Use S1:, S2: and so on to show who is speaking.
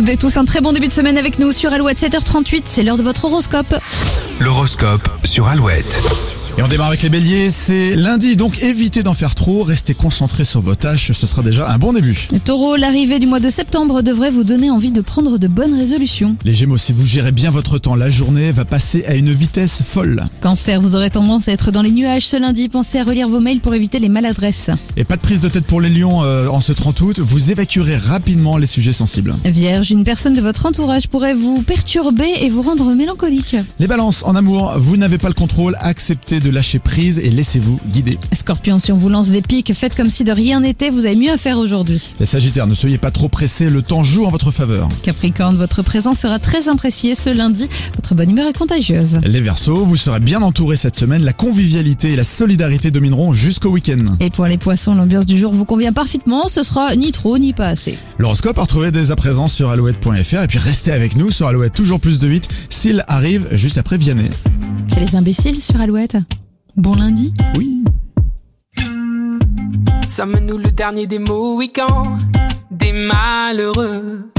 S1: toutes et tous un très bon début de semaine avec nous sur Alouette 7h38. C'est l'heure de votre horoscope.
S2: L'horoscope sur Alouette.
S3: Et on démarre avec les béliers, c'est lundi, donc évitez d'en faire trop, restez concentrés sur vos tâches, ce sera déjà un bon début.
S1: Les taureaux, l'arrivée du mois de septembre devrait vous donner envie de prendre de bonnes résolutions.
S3: Les gémeaux, si vous gérez bien votre temps, la journée va passer à une vitesse folle.
S1: Cancer, vous aurez tendance à être dans les nuages ce lundi. Pensez à relire vos mails pour éviter les maladresses.
S3: Et pas de prise de tête pour les lions euh, en ce 30 août, vous évacuerez rapidement les sujets sensibles.
S1: Vierge, une personne de votre entourage pourrait vous perturber et vous rendre mélancolique.
S3: Les balances, en amour, vous n'avez pas le contrôle, acceptez de lâcher prise et laissez-vous guider.
S1: Scorpion, si on vous lance des pics, faites comme si de rien n'était, vous avez mieux à faire aujourd'hui.
S3: Les sagittaires, ne soyez pas trop pressés, le temps joue en votre faveur.
S1: Capricorne, votre présence sera très appréciée ce lundi. Votre bonne humeur est contagieuse.
S3: Les versos, vous serez bien entourés cette semaine, la convivialité et la solidarité domineront jusqu'au week-end.
S1: Et pour les poissons, l'ambiance du jour vous convient parfaitement. Ce sera ni trop ni pas assez.
S3: L'horoscope à retrouver dès à présent sur alouette.fr et puis restez avec nous sur Alouette toujours plus de 8 s'il arrive juste après Vianney.
S1: C'est les imbéciles sur Alouette. Bon lundi.
S3: Oui.
S4: Sommes-nous le dernier des Mohicans, des malheureux